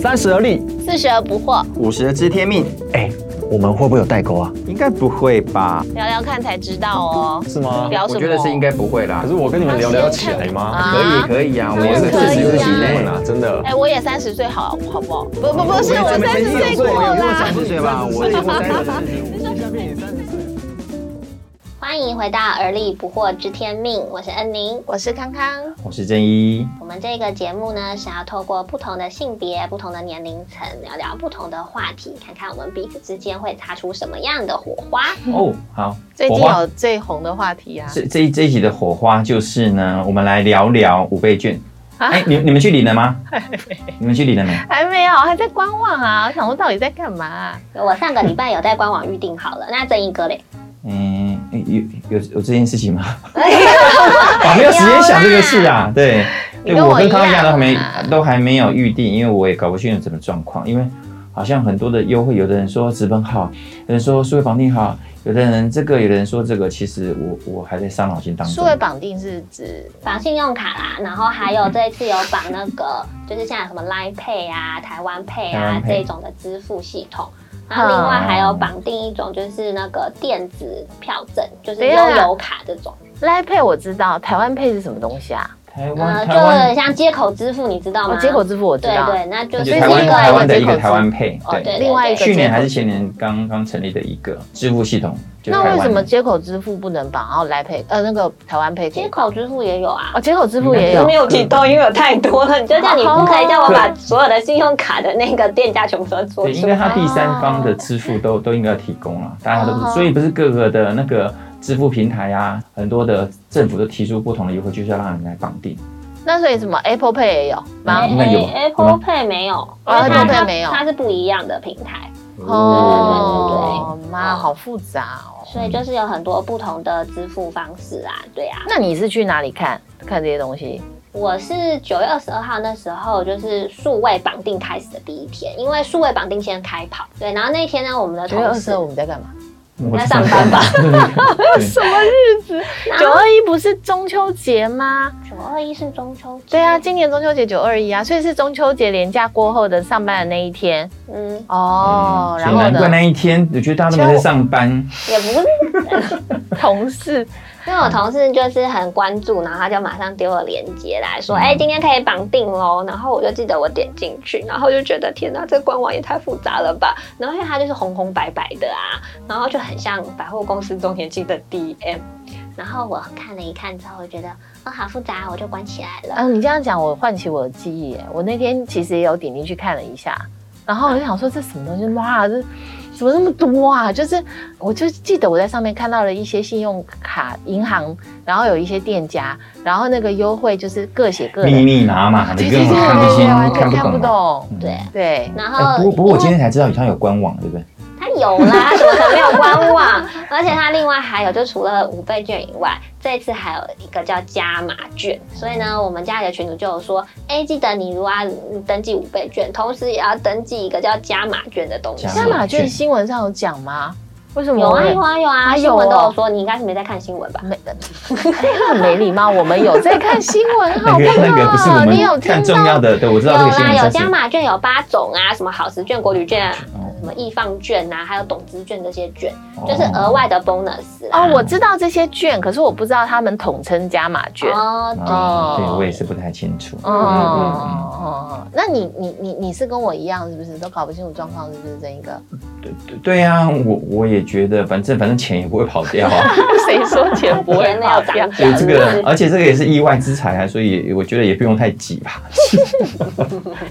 三十而立，四十而不惑，五十知天命，哎，我们会不会有代沟啊？应该不会吧？聊聊看才知道哦。是吗？聊什我么？觉啊得是应该不会啦可。是我跟你们聊聊起来吗？可以可以啊，我当们然是可以啊自己有自点己兴奋呢。啊，真的。哎，我也三十岁，好好不好？不不不是，我我三十岁过我过了三。十岁吧，我过三十岁。欢迎回到《而立不惑之天命》，我是恩宁。我是康康，我是正一，我们这个节目呢，想要透过不同的性别、不同的年龄层，聊聊不同的话题，看看我们彼此之间会擦出什么样的火花。哦，好，最近火花有最红的话题啊，这这一这一集的火花就是呢，我们来聊聊五倍券。啊哎、你你们去领了 吗？你们去领了没？还没有，还在观望啊。我想说到底在干嘛啊、我上个礼拜有在官网预定好了，那正义哥嘞？嗯、有有有这件事情吗？啊，没有时间想这个事啊。对，你对跟我我跟一样康一样都还没啊都还没有预定，因为我也搞不清楚什么状况，因为好像很多的优惠，有的人说纸本好，有人说数位房地好，有的人这个，有的人说这个，其实我我还在伤脑筋当数中。位绑定是指绑信用卡啦，然后还有这一次有绑那个，就是像什么 Line Pay 啊、台湾 Pay 台啊湾 Pay 这一种的支付系统。然后另外还有绑定一种，就是那个电子票证，就是对啊悠游卡这种， Line Pay，我知道，台湾 Pay 是什么东西啊？台呃，湾就台湾很像接口支付，你知道哦吗？，接口支付我知对道，对，那就那是就一台湾台这个个湾的接一口个支台湾配，哦对另外一个去年接口还是支付前年刚刚成立的一个支付系统，就那台为什湾么的。接口支付不能绑，然后 Line Pay 呃那个台湾 Pay 可以接绑口支付也有啊哦，。接口支付也有没有提到，因为有太多了，你 就叫你不可以叫我哦把所有的信用卡的那个店家全部都做对，出应该来。它第三方的支付都都应该要提供了，大家都不哦，所以不是各个的那个支付平台啊，很多的政府都提出不同的优惠，就是要让人来绑定。那所以什么 Apple Pay 也有吗？应该有嗯吧哎 Apple 有吗 Pay 没有哦因为它 Apple Pay 没有它是不一样的平台，嗯哦，妈，好复杂哦。所以就是有很多不同的支付方式啊，对啊。那你是去哪里看看这些东西？我是九月二十二号那时候，就是数位绑定开始的第一天，因为数位绑定先开跑，对。然后那一天呢，我们的九月同二事十二我们在干嘛？我在上班吧？对九二一不是中秋节吗？九二一是中秋节，对啊，，今年中秋节九二一啊，所以是中秋节连假过后的上班的那一天嗯，哦。所然以后难怪呢，那一天，我觉得大家都没在上班，也 不是同事因为我同事就是很关注，然后他就马上丢了链接来说，嗯哎、今天可以绑定喽。然后我就记得我点进去，然后就觉得天哪，这官网也太复杂了吧。然后因为它就是红红白白的啊，然后就很像百货公司周年庆的 DM。然后我看了一看之后，我觉得哦好复杂，我就关起来了。嗯，你这样讲，我唤起我的记忆耶。我那天其实也有点进去看了一下，然后我就想说，这什么东西？哇，这怎么那么多啊？就是，我就记得我在上面看到了一些信用卡银行，然后有一些店家，然后那个优惠就是各写各的。秘密拿嘛，你根本看不清，完全看看不不懂。懂。嗯对，啊对，然哎，后不过不过我今天才知道它有官网，对不对？它有啦，怎么可能没有官网？ 而且它另外还有，就除了五倍券以外，这一次还有一个叫加码券。所以呢，我们家里的群主就有说，哎、记得你如果要登记五倍券，同时也要登记一个叫加码券的东嗯西。加码券新闻上有讲吗？为什么有我啊们有啊有啊，啊新闻有都哦有说，你应该是没在看新闻吧？没， 很没礼貌。我们有在哦看新闻，那好不个好？那个不是我你有们听看重到要的，对，我知道这个新啦，闻有消息加。码券有八种啊，什么好时券、国旅券、啊，哦什么易放券啊，还有董资券这些券，哦就是额外的 bonus 啦。哦，我知道这些券，可是我不知道他们统称加码券。哦，对哦哦，对我也是不太清楚。哦嗯哦，那你你你你是跟我一样是不是都搞不清楚状况是不是这一个？对呀、我我也觉得，反正反正钱也不会跑掉啊。谁说钱不钱没有涨价，对这个，而且这个也是意外之财啊，所以也我觉得也不用太急吧，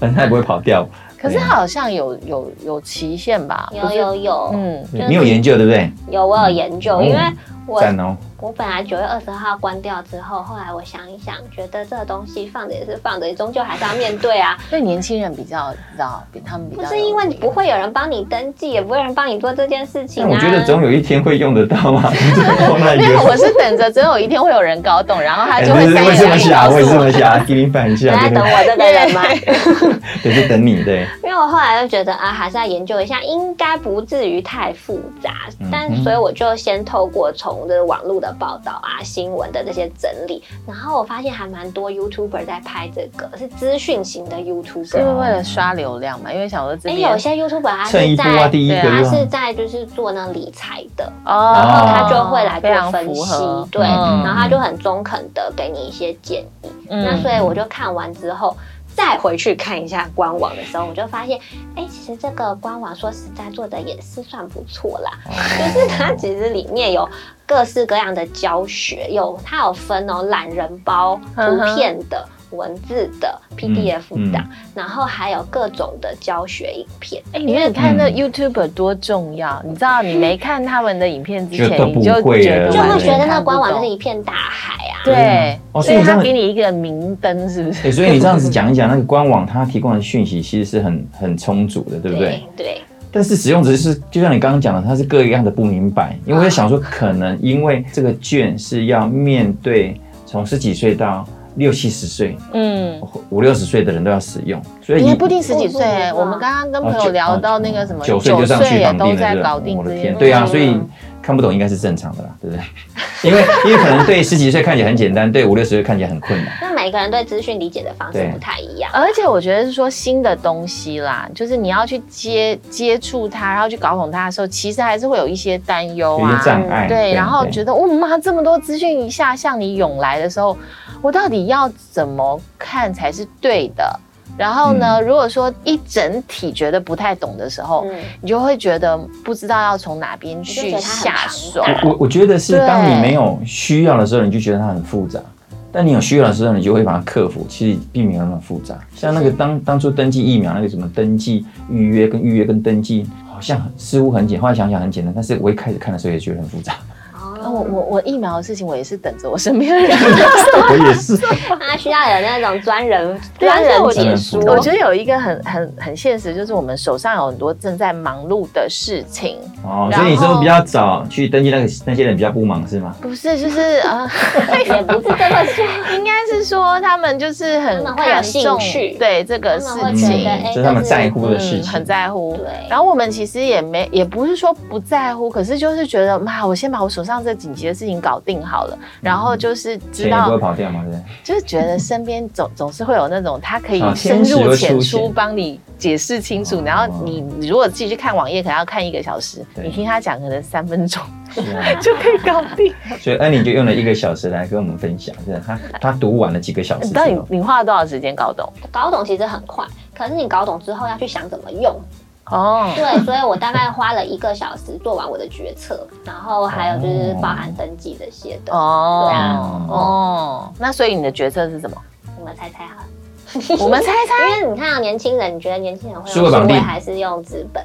反正它也不会跑掉。 可是好像有有有期限吧？ 有有有，嗯，对你有研究对不对？有，我有研究，哦因为我赞哦，我本来九月二十号关掉之后，后来我想一想，觉得这个东西放着也是放着，你终究还是要面 对啊。对年轻人比较你知道，比他们比较不有是因 为你不会有人帮你登记，也不会有人帮你做这件事情但我啊。觉得总有一天会用得到嘛。你怎么放在一没有，个我是等着总有一天会有人搞懂，然后他哎就会对对三对我也言是这么两语想，告我也是诉这我。么想，给你反一你下，在对等我这个人吗？ 对，就等你对。因为我后来就觉得啊，还是要研究一下，应该不至于太复杂。嗯但所以我就先透过从从这个网络的报道啊、新闻的这些整理，然后我发现还蛮多 YouTuber 在拍这个，是资讯型的 YouTuber 是。不是为了刷流量嘛？因为想说这哎，边有些 YouTuber 他趁是一波啊，在第一个对他月是在就是做那理财的，哦，然后他哦就会来非常做分符析合，对，嗯嗯然后他就很中肯的给你一些建议。那所以我就看完之后。再回去看一下官网的时候，我就发现，哎、其实这个官网说实在做的也是算不错啦。哦就是它其实里面有各式各样的教学，有它有分哦，懒人包、嗯图哼片的、文字的、PDF 嗯档，然后还有各种的教学影片。哎，你看你嗯看那 YouTuber 多重要，你知道你没看他们的影片之觉得前，你不就会觉了得就完会全觉得那看不官网就懂是一片大海啊。对，哦所所以以这他样给你一个明灯，是不哎，是？所以你这样子讲一讲，那个官网它提供的讯息其实是很很充足的，对不对？对，但是使用者是就像你刚刚讲的，他是各样的不明白，因为我在想说，可能因为这个卷是要面对从十几岁到六七十岁、嗯，五六十岁的人都要使用，所以也不一定十几不不岁一定欸。啊我们刚刚跟朋哦友九聊到那个什么九岁就上岁去也绑定都了，在对搞吧定我这的些天，东对啊，西所以看不懂应该是正常的啦，对不对？因为因为可能对十几岁看起来很简单，对五六十岁看起来很困难。那每个人对资讯理解的方式对不太一样。而且我觉得是说新的东西啦，就是你要去接接触它，然后去搞懂它的时候，其实还是会有一些担忧有一啊些，障碍，对，然后对觉得我妈这么多资讯一下向你涌来的时候，我到底要怎么看才是对的？然后呢，嗯如果说一整体觉得不太懂的时候，嗯，你就会觉得不知道要从哪边你就觉去得它很庞大下 手。我我觉得是对当你没有需要的时候，你就觉得它很复杂；但你有需要的时候，你就会把它克服。其实并没有那么复杂。像那个当当初登记疫苗那个什么登记预约跟预约跟登记，好像很似乎很简，后来想想很简单，但是我一开始看的时候也觉得很复 杂。我哦，我我疫苗的事情，我也是等着我身边的 人。我也是， 他需要有那种专人 对而专且人我解说。我觉得有一个很很很现实，就是我们手上有很多正在忙碌的事情，哦，然所后以你是不是比较早去登记那个那些人比较不忙是吗？不是就是呃，也不是这么说，应该是说他们就是很他们会有看兴重趣对这个他事们会觉情嗯得，哎这是嗯他们在乎的事情，很在乎。对然后我们其实也没，也不是说不在乎，可是就是觉得，嗯妈，我先把我手上这紧急的事情搞定好了，然后就是钱知也不道会跑掉嘛，对不对？就是觉得身边总 总是会有那种他可以啊深天使入会浅出出现帮你解释清楚，哦然后你你如果自己去看网页，可能要看一个小时，对你听他讲可能三 分钟是啊，就可以搞定。所以安妮就用了一个小时来跟我们分享，真的，她她读完了几个小时你之到底后，你花了多少时间搞懂？ 搞懂其实很快，可是你搞懂之后要去想怎么用。哦，对，所以我大概花了一个小时做完我的决策，然后还有就是哦包含登记这些的。哦对啊哦，那所以你的决策是什么？你们猜猜好 了，我们猜猜。 因为你看到啊年轻人，你觉得年轻人会数用位数绑位定还是用纸本？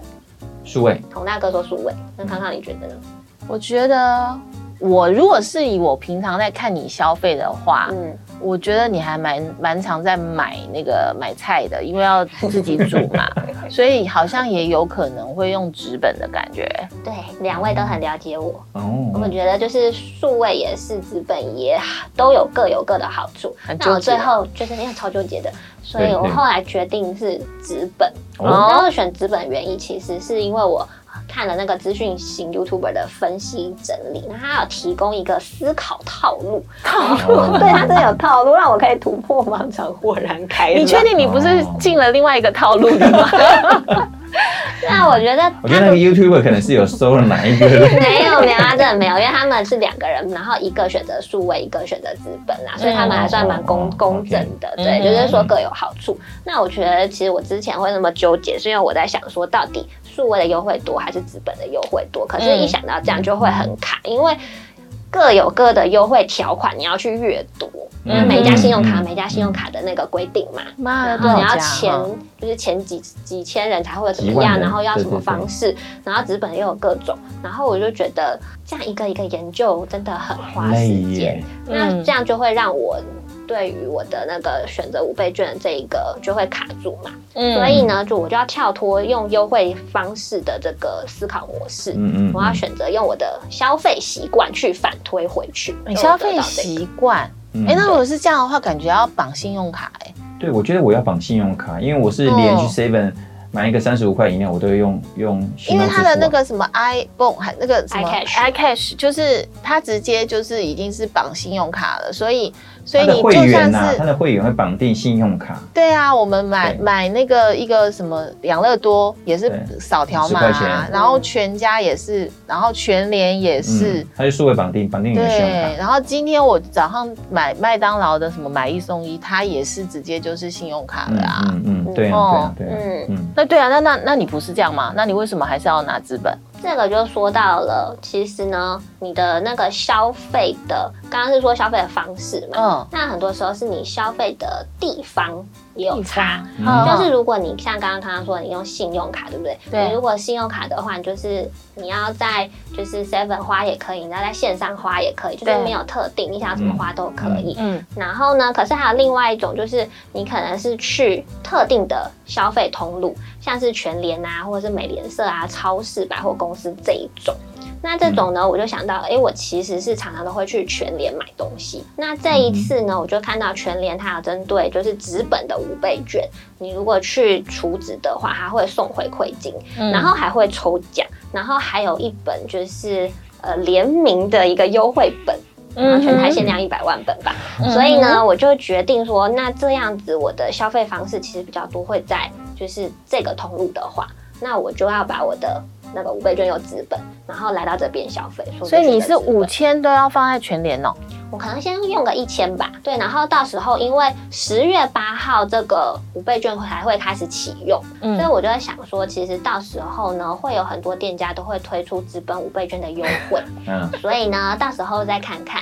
数位。孔大哥说数位，那康康你觉得呢？我觉得，我如果是以我平常在看你消费的话，嗯，我觉得你还蛮蛮常在买那个买菜的，因为要自己煮 嘛，所以好像也有可能会用纸本的感觉。对，两位都很了解我。我哦，觉得就是数位也是资本也都有各有各的好处很。纠结啊那我最后就是因为超纠结的，所以对对我后来决定是纸本。哦然后选纸本的原因其实是因为我看了那个资讯型 YouTuber 的分析整理，那他有提供一个思考套路，套路 对，他真的有套路，让我可以突破盲场，豁然开朗。你确？定你不是进了另外一个套路里 吗？那我觉得我觉得那个 YouTuber 可能是有收了哪一个 人 没有没有，他真的没有，因为他们是两个人，然后一个选择数位，一个选择资本啦，所以他们还算蛮公嗯公正的，嗯对，就是说各有好处。那我觉得其实我之前会那么纠结，是因为我在想说到底数位的优惠多还是资本的优惠多，可是一想到这样就会很卡，因为。各有各的优惠条款，你要去阅读，因为每一家信用卡、嗯每一家信用卡的那个规定嘛，妈的，然不后能你要嗯这样前哈就是前几几千人才会有怎几么万样，人然后要对什么对对方式，然后纸本又有各种，然后我就觉得这样一个一个研究真的很花嗯累时间耶，，那嗯这样就会让我。对于我的那个选择五倍券的这一个就会卡住嘛，嗯所以呢，就我就要跳脱用优惠方式的这个思考模式，嗯嗯，我要选择用我的消费习惯去反推回去。你消我得费到这个习惯，嗯。哎、那如果是这样的话，感觉要绑信用卡、哎，对，我觉得我要绑信用卡，因为我是连去哦 Seven 买一个三十五块饮料，我都会用用因信为用支付它啊。的那个什么 iPhone 还那个什么 iCash iCash，就是它直接就是已经是绑信用卡了，所以所以它你的就会算员呐、是它的会员会绑定信用卡，对啊，我们买对买那个一个什么养乐多也是对扫条码、啊10块钱然后全家也是，然后全联也是。嗯，它就数位绑定，绑定你的信用对，卡。然后今天我早上买麦当劳的什么买一送一，它也是直接就是信用卡嗯了啊。嗯嗯，对啊哦对啊对啊，嗯，嗯，那对啊，那那那你不是这样吗？那你为什么还是要拿资本？这个就说到了，其实呢，你的那个消费的，刚刚是说消费的方式嘛，嗯，那很多时候是你消费的地方也有差。嗯嗯就是如果你像刚刚刚刚说，你用信用卡，对不对？对你如果信用卡的话，你就是你要在就是 Seven 花也可以，你要在线上花也可以，就是对没有特定，你想要怎么花都可以。嗯然后呢，可是还有另外一种，就是你可能是去特定的消费通路，像是全联啊，或者是美联社啊、超市、百货公司这一种。那这种呢，我就想到，诶，我其实是常常都会去全联买东西。那这一次呢，我就看到全联它有针对就是纸本的五倍券，你如果去储值的话，它会送回馈金。嗯然后还会抽奖，然后还有一本就是呃联名的一个优惠本，然后全台限量一百万本吧。嗯所以呢，我就决定说，那这样子我的消费方式其实比较多会在就是这个通路的话，那我就要把我的那个五倍券有资本，然后来到这边消费。所以你是我就觉得资五本千都要放在全联哦。我可能先用个一千吧，对，然后到时候因为十月八号这个五倍券才会开始启用，嗯所以我就在想说，其实到时候呢，会有很多店家都会推出资本五倍券的优惠，嗯，所以呢，到时候再看看。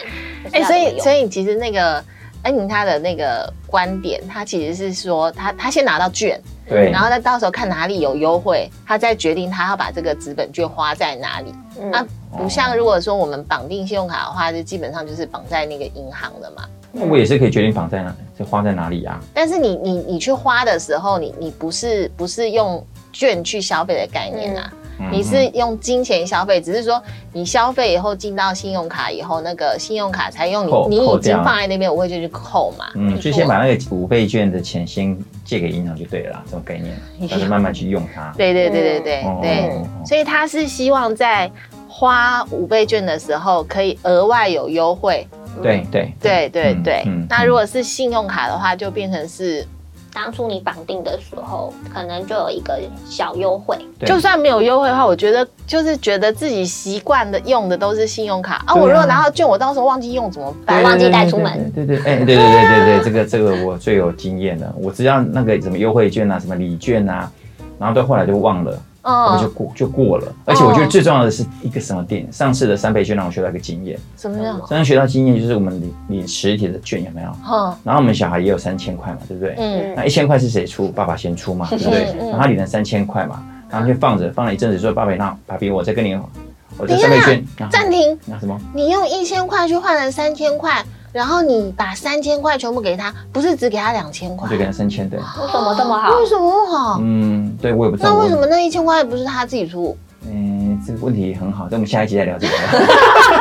哎、所以所以以其实那个安宁他的那个观点，他其实是说他他先拿到券，对然，后再到时候看哪里有优惠，他再决定他要把这个纸本券花在哪里。啊嗯，哦不像如果说我们绑定信用卡的话，就基本上就是绑在那个银行的嘛。那我也是可以决定绑在哪，这花在哪里啊？但是你你你去花的时候，你你不是不是用券去消费的概念啊，嗯你是用金钱消费，只是说你消费以后进到信用卡以后，那个信用卡才用扣你你扣已经掉放在那边，我会就去扣嘛。嗯，就先把那个五倍券的钱先借给银行就对了啦，这种概念，但是慢慢去用它。对对对对对嗯对哦哦哦，所以他是希望在花五倍券的时候可以额外有优惠。嗯对对对对嗯对嗯，那如果是信用卡的话，就变成是当初你绑定的时候，可能就有一个小优惠，对就算没有优惠的话，我觉得就是觉得自己习惯的用的都是信用卡啊。对啊我如果拿到券，我到时候忘记用怎么办？忘记带出门。对对，对哎，对对对对对，这个这个我最有经验的，我只要那个什么优惠券啊，什么礼券啊，然后到后来就忘了，我就嗯，过就过了。而且我觉得最重要的是一个什么点，上次的三倍券让我学到一个经验，怎么样？上次学到经验就是我们领领实体的券有没有？嗯然后我们小孩也有三千块嘛，对不对？嗯那一千块是谁出？爸爸先出嘛，对不对？ 嗯嗯然后他领了三千块嘛，然后就放着，放了一阵子，说爸爸，那爸比，我再跟你，我这等一下三倍券，然后暂停，那什么？你用一千块去换了三千块，然后你把三千块全部给他，不是只给他两千我块就？给他三千，对，为什么这么好？为什哦么不好？嗯，对我也不知道。那为什我？么那一千块不是他自己出？嗯，这个问题很好，那我们下一集再聊这个。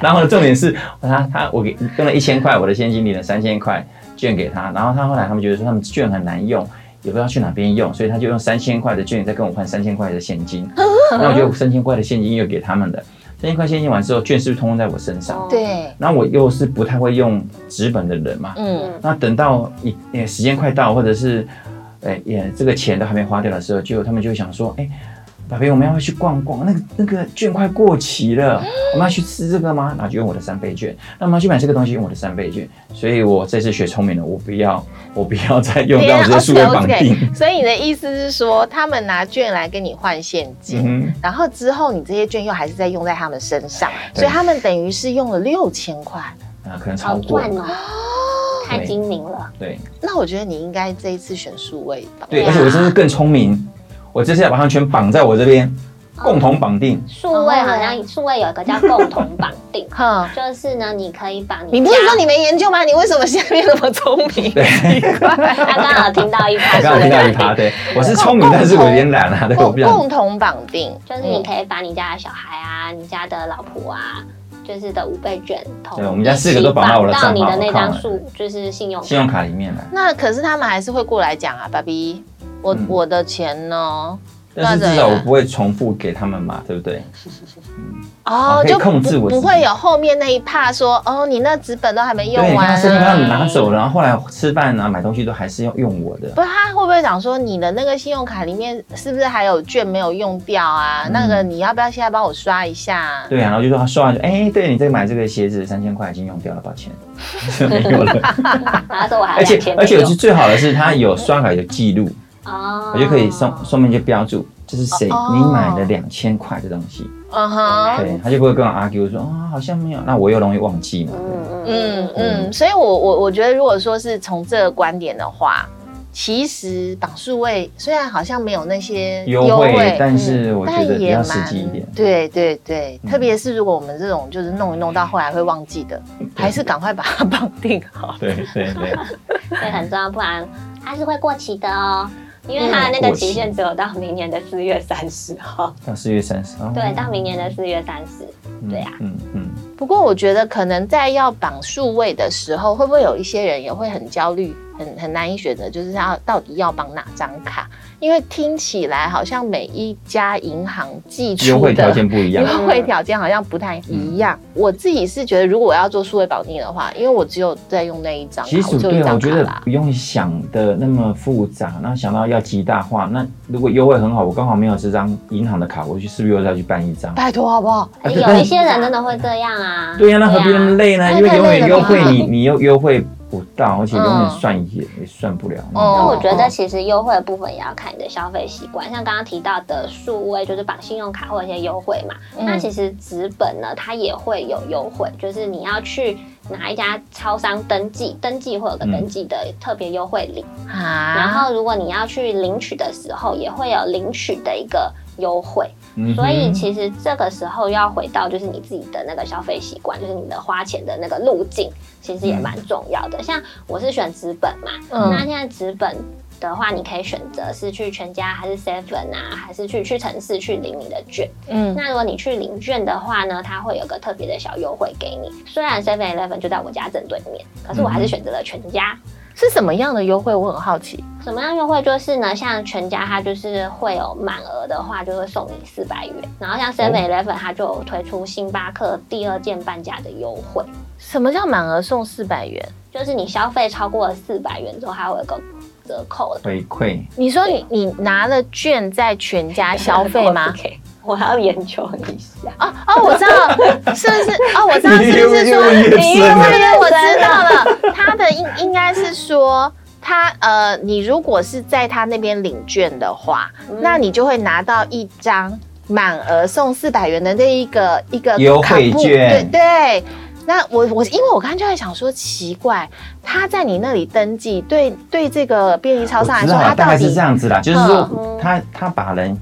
然后呢，重点是他他我给呃跟了一千块，我的现金领了三千块券给他，然后他后来他们觉得说他们券很难用，也不知道去哪边用，所以他就用三千块的券再跟我换三千块的现金，那我就三千块的现金又给他们的，三千块现金完之后，券是不是通通在我身上？嗯哦，对，那我又是不太会用纸本的人嘛，嗯，嗯，那等到一呃时间快到，或者是呃也这个钱都还没花掉的时候，就他们就会想说，哎、爸比，我们要不要去逛逛？那个那个券快过期了，我们要去吃这个吗？那就用我的三倍券。那我们要去买这个东西，用我的三倍券。所以我这次学聪明了，我不要我不要再用别到人我这些数位啊 OK，OK 绑定。所以你的意思是说，他们拿券来跟你换现金，嗯然后之后你这些券又还是在用在他们身上，对所以他们等于是用了六千块。哼，啊，可能超好过赚哦，太精明了，对那我觉得你应该这一次选数位吧。。对，对啊而且我这次更聪明，我这次要把它们全绑在我这边，共同绑定。数位哦好像数位有一个叫共同绑定 哼，就是呢，你可以把你你不是家说你没研究吗？你为什么现在变那么聪明？对，他刚好听到一趴，我刚刚听到一趴，对我是聪明，但是我有点懒啊，对，我共不想嗯共同绑定，就是你可以把你家的小孩啊、你家的老婆啊，就是的五倍卷头，对我们家四个都绑到我的账号你的那我靠张数就是信用卡信用卡里面了。那可是他们还是会过来讲啊，爸比，我、嗯我的钱呢？哦但是那至怎少样我不会重复给他们嘛，对不对？哦，可以就控制不我自不己会有后面那一怕说哦，你那纸本都还没对，用你完、看啊，事情他们拿走了，然后后来吃饭啊、买东西都还是要用我 的。不是他会不会讲说你的那个信用卡里面是不是还有券没有用掉啊？嗯那个你要不要现在帮我刷一下？对啊，然后就说他刷完就，哎，对你这个买这个鞋子三千块已经用掉了，抱歉， 没有了。然后说我还而且两千没而且我用是最好的是，他有刷卡有记录，哦我就可以上上面就标注这是谁哦你买了两千块的东西，嗯哼，对，他就不会跟我 argue 说啊好像没有，那我又容易忘记嘛。嗯嗯嗯嗯，嗯，所以我我我觉得，如果说是从这个观点的话，其实绑数位虽然好像没有那些优惠，但是嗯我觉得比也较蛮实际一点。对对对，嗯特别是如果我们这种就是弄一弄到后来会忘记的，还是赶快把它 绑定好。对对对，这很重要，不然它是会过期的哦。因为它的那嗯个期限只有到明年的四月三十号，到四月三十号。哦对，到明年的四月三十。嗯对啊嗯嗯，不过我觉得可能在要绑数位的时候，会不会有一些人也会很焦虑，很很难以选择，就是要到底要绑哪张卡？因为听起来好像每一家银行寄出的优惠条件不一样。嗯优惠条件好像不太一样。我自己是觉得，如果我要做数位绑定的话，因为我只有在用那一张卡，其实我只有一对，啊我张觉卡得啦。不用想的那么复杂，然后想到要极大化。那如果优惠很好，我刚好没有这张银行的卡，我去是不是又再去办一张？拜托好不好？而且有一些人真的会这样啊。对呀、那何必那么累呢？对啊因为永远优太累惠了吧你你又优惠不到，而且永远嗯算也、也算不了。哦那我觉得其实优惠的部分也要看你的消费习惯，像刚刚提到的数位就是绑信用卡或者一些优惠嘛。嗯嗯那其实纸本呢，它也会有优惠，就是你要去哪一家超商登记，登记会有嗯个登记的特别优惠礼。啊，然后如果你要去领取的时候，也会有领取的一个优惠。嗯哼所以其实这个时候要回到就是你自己的那个消费习惯，就是你的花钱的那个路径，其实也蛮重要的。像我是选纸本嘛，嗯那现在纸本。的话，你可以选择是去全家还是 Seven 啊，还是去去城市去领你的券。嗯那如果你去领券的话呢，它会有个特别的小优惠给你。虽然 Seven Eleven 就在我家正对面，可是我嗯还是选择了全家。是什么样的优惠？我很好奇。什么样优惠就是呢？像全家它就是会有满额的话，就会送你四百元。然后像 Seven Eleven 它就有推出星巴克第二件半价的优惠，什么叫满额送四百元？就是你消费超过了四百元之后，它会有一个折扣的。？回馈你说你你拿了券在全家消费吗 OK，我 还要研究一下。哦哦，我知道，是不是？哦，我知道，是不是说你越越你深了对对，我知道了。他的应应该是说，他呃，你如果是在他那边领券的话，嗯那你就会拿到一张满额送四百元的那一个一个优惠卡布券对对。那我我因为我刚刚就在想说，奇怪，他在你那里登记，对对，这个便利超商来我知说，道他了大到概是底这样子啦，就是说嗯他他把人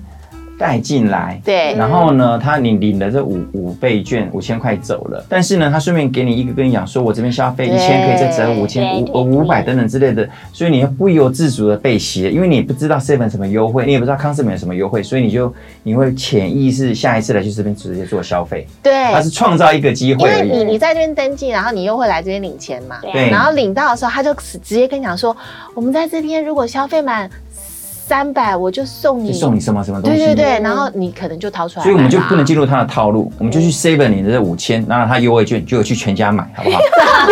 带进来，对然后嗯呢，他你领了这五五倍券五千块走了，但是呢，他顺便给你一个跟你讲说，我这边消费对一千可以再折五千五对呃五百等等之类的，所以你要不由自主的被洗，因为你也不知道 seven 什么优惠，你也不知道康 o n 有什么优惠，所以你就你会潜意识下一次来去这边直接做消费，对它，是创造一个机因会为而已。你你在这边登记，然后你又会来这边领钱嘛，对然后领到的时候，他就直直接跟你讲说，我们在这边如果消费满三百，我就送你，就送你什么什么东对西，对对，然后你可能就掏出来所买啦，以我们就不能进入他的套路，我们就去 seven 你的这五千，然后他优惠券就去全家买，好不啊好？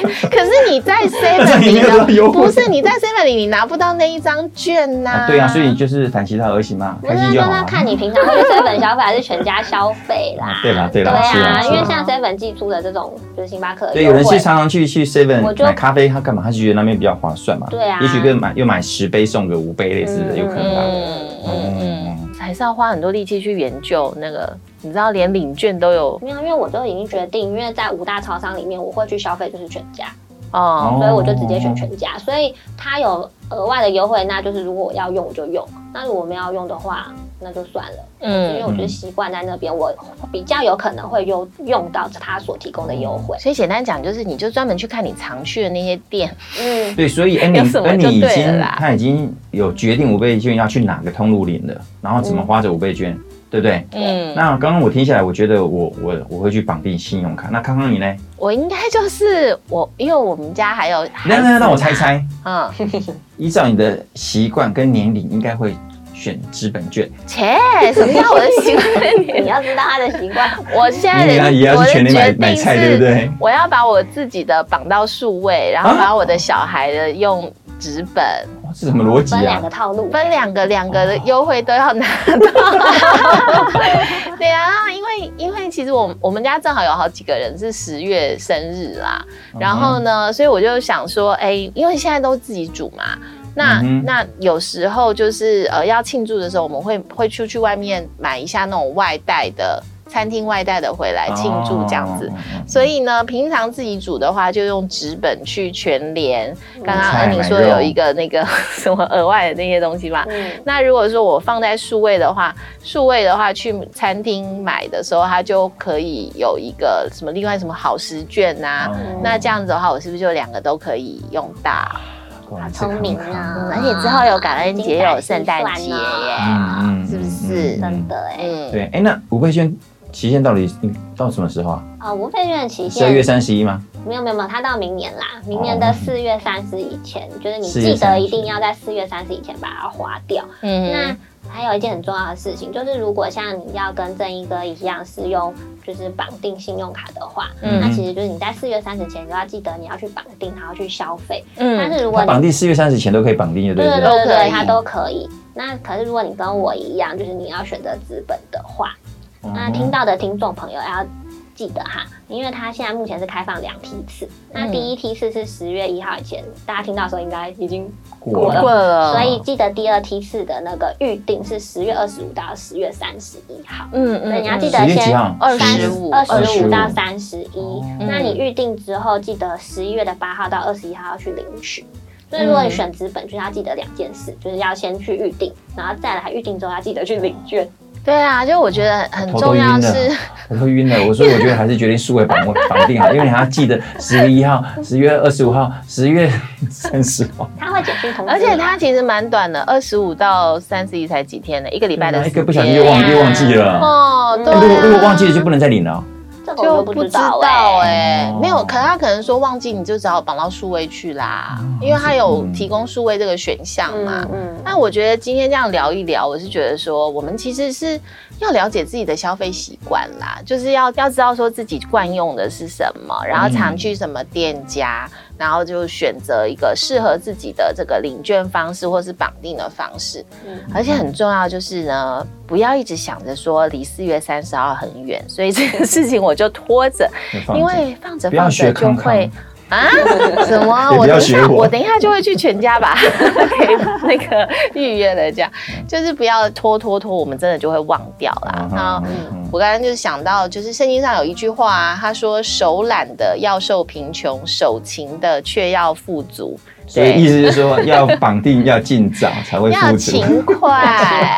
可是 你在这 Seven 里里面有的优惠不是你在 Seven 里，你拿不到那一张券呐、啊对啊，所以就是反其道而行嘛，不开是，心那就就好要啊。看你平常会去 Seven 消费还是全家消费啦。啊对啦对对啦是啊啊，是因啊为像 Seven 寄出的这种就是星巴克的对，优有人惠是，常常去去 Seven 我就买咖啡，他干嘛？他就觉得那边比较划算嘛。对啊也许跟买又买十杯送个五杯类似的，有可能啊吧。嗯嗯嗯，还是要花很多力气去研究那个，你知道连领券都有没有，因为我都已经决定，因为在五大超商里面，我会去消费就是全家。哦，所以我就直接选全家。所以它有额外的优惠，那就是如果我要用我就用，那如果没有要用的话，那就算了，因为嗯，我觉得习惯在那边，我比较有可能会用用到它所提供的优惠。所以简单讲就是，你就专门去看你常去的那些店，嗯，对，所以哎安有妮什么安就妮已对了经啦他已经有决定五倍券要去哪个通路领了，然后怎么花这五倍券，对不对？嗯，那刚刚我听下来，我觉得我我我会去绑定信用卡。那康康你呢？我应该就是我，因为我们家还有孩那子那让我猜猜，嗯，依照你的习惯跟年龄，应该会选资本券。切，什么叫我的习惯嗯你要知道他的习惯，我现在 你也要的也要我去全的年买买决定菜，对不是，对？我要把我自己的绑到数位，然后啊把我的小孩的用纸本哇，这什么逻辑分两啊个？套路，分两个两个的优惠都要拿到。对啊，然后因为因为其实我我们家正好有好几个人是十月生日啦，嗯然后呢，所以我就想说，哎、因为现在都自己煮嘛。那、嗯哼那有时候就是呃要庆祝的时候，我们会会出去外面买一下那种外带的餐厅外带的回来庆祝这样子。哦。哦哦所以呢，平常自己煮的话，就用纸本去全联。刚刚嗯菜恩宁买说肉有一个那个 什么额外的那些东西啊嘛。嗯，那如果说我放在数位的话，数位的话去餐厅买的时候，它就可以有一个什么另外什么好食券呐、哦啊那这样子的话，我是不是就两个都可以用到？果然是好聪明康康啊嗯而且之后有感恩节，又有圣诞节耶。嗯嗯，啊是不是嗯嗯真的哎，嗯，对，哎，那五倍券期限到底嗯到什么时候啊？啊，无费券的期十二月限三十一吗？没有没有没有，它到明年啦，明年的哦四月三十以前，就是你4月记30得一定要在四月三十以前把它花掉。那嗯，还有一件很重要的事情，就是如果像你要跟正一哥一样是用就是绑定信用卡的话，嗯那其实就是你在四月三十前就要记得你要去绑定，然后去消费。但嗯，是如果它你绑定四月三十前都可以绑定的，对对不对？对对都可以对，它都可以。那可是如果你跟我一样，就是你要选择资本的话，啊那听到的听众朋友要记得哈，因为它现在目前是开放两批次，那嗯第一批次是十月一号以前，大家听到的时候应该已经过了了，嗯过了，所以记得第二梯次的那个预定是十月二十五到十月三十一号。嗯对，你要记十得月几先号二三十五，二十25五到三十一哦。那你预定之后，记得十一月的八号到二十一号要去领取。所以如嗯果你选资本券，要记得两件事，就是要先去预定，然后再来预定之后要记得去领券。对啊，就我觉得很头都重晕要了是，我会晕的，我所以我觉得还是决定数位 绑绑定好，因为你还要记得十月一号、十月二十五号、十月三十号，他会简讯哦通知你，而且它其实蛮短的，二十五到三十一才几天呢，一个 礼拜的时嗯一间个不小心就忘对又啊忘记了。哎哦，嗯对如果如果啊，忘记了就不能再领了哦。这个我就就不不知知道道哎、哎哦，没有，可能他可能说忘记，你就只好绑到数位去啦，哦因为他有嗯提供数位这个选项嘛嗯。嗯，那我觉得今天这样聊一聊，我是觉得说，我们其实是要了解自己的消费习惯啦，就是要要知道说自己惯用的是什么，然后常去什么店家，然后就选择一个适合自己的这个领券方式或是绑定的方式。嗯而且很重要就是呢，不要一直想着说离四月三十号很远，所以这个事情我就拖着，就放着因为放着不要放着学就康康会。啊？ 什么？也不我等要一学下，我我等一下就会去全家把 给那个预约了，这样就是不要拖拖拖，我们真的就会忘掉啦。嗯那嗯嗯我刚刚就是想到，就是圣经上有一句话啊，他说：“手懒的要受贫穷，手勤的却要富足。”所以意思就是说要绑定要尽早才会要复制。 勤嗯快， 勤快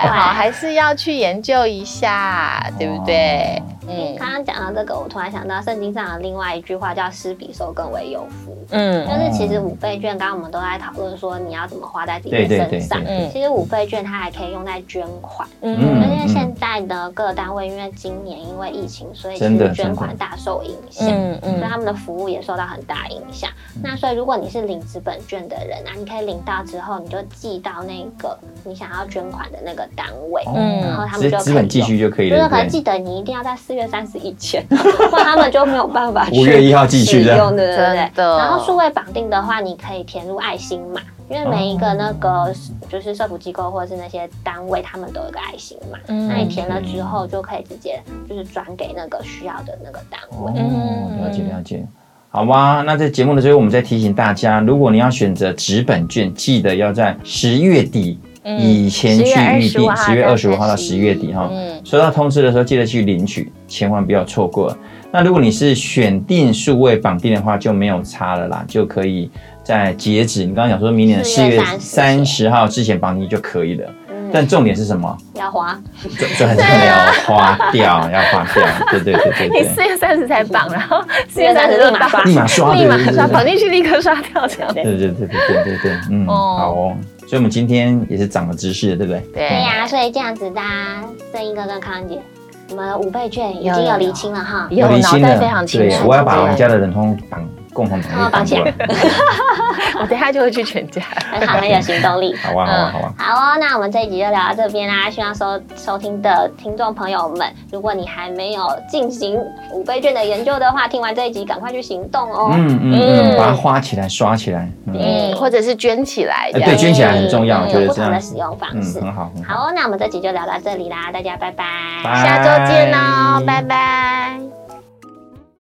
好，还是要去研究一下，对不对？嗯刚刚讲到这个，我突然想到圣经上的另外一句话叫“施比受更为有福”。就嗯是其实五倍券，刚刚我们都在讨论说你要怎么花在自己对的对身对上。对对其实五倍券它还可以用在捐款，嗯因为现在呢各单位因为今年因为疫情，所以其真的实捐款大受影响。嗯所以嗯他们的服务也受到很大影响。嗯那所以如果你是领资本券的人啊，你可以领到之后，你就寄到那个你想要捐款的那个单位，然后哦他直们接就资本可以继续就可以就是了，可对能不对？记得你一定要在四月三十以前， 不然他们就没有办 法去5月1号继续使这样用，对对对真。的然后数位绑定的话，你可以填入爱心码，因为每一个那哦个就是社福机构或者是那些单位，他们都有一个爱心码。那你嗯填了之后，就可以直接就是转给那个需要的那个单位。哦，了解了解。好吧，那在节目的最后，我们再提醒大家，如果你要选择纸本券，记得要在十月底以前去预定，十10月月二25十五号到十月底哈。嗯收到通知的时候，记得去领取，千万不要错过。那如果你是选定数位绑定的话，就没有差了啦，就可以在截止你刚刚讲说明年的四4月月三30十号之前绑定就可以了。但嗯，重点是什么？要花，这这很重要，花掉要花掉，对对对对你 对。哎四月三十才绑，然后四月月三30十立马刷立马刷， 立马对对对刷，对绑进去立刻刷掉这样。对对对对对对对，嗯，哦好哦。所以我们今天也是长了知识了，对嗯不对？对对呀、所以这样子的、啊，正英哥跟康姐，我们五倍券已经有厘清了 哈。有我离脑心袋了，非常清对楚。我要把我们家的人通通绑共同哦绑一绑来。我等一下就会去全家。很好，很有行动力。 好啊，好啊，嗯好啊。好哦，那我们这一集就聊到这边啦。希望收收听的听众朋友们，如果你还没有进行五倍券的研究的话，听完这一集赶快去行动哦。嗯嗯嗯嗯，把它花起来，刷起来。嗯，嗯嗯，或者是捐起来这哎样。对，捐起来很重要，我觉有得不这同的样，使用方嗯，式。很好，很好。好哦，那我们这集就聊到这里啦，大家拜拜。拜下周见哦，拜拜。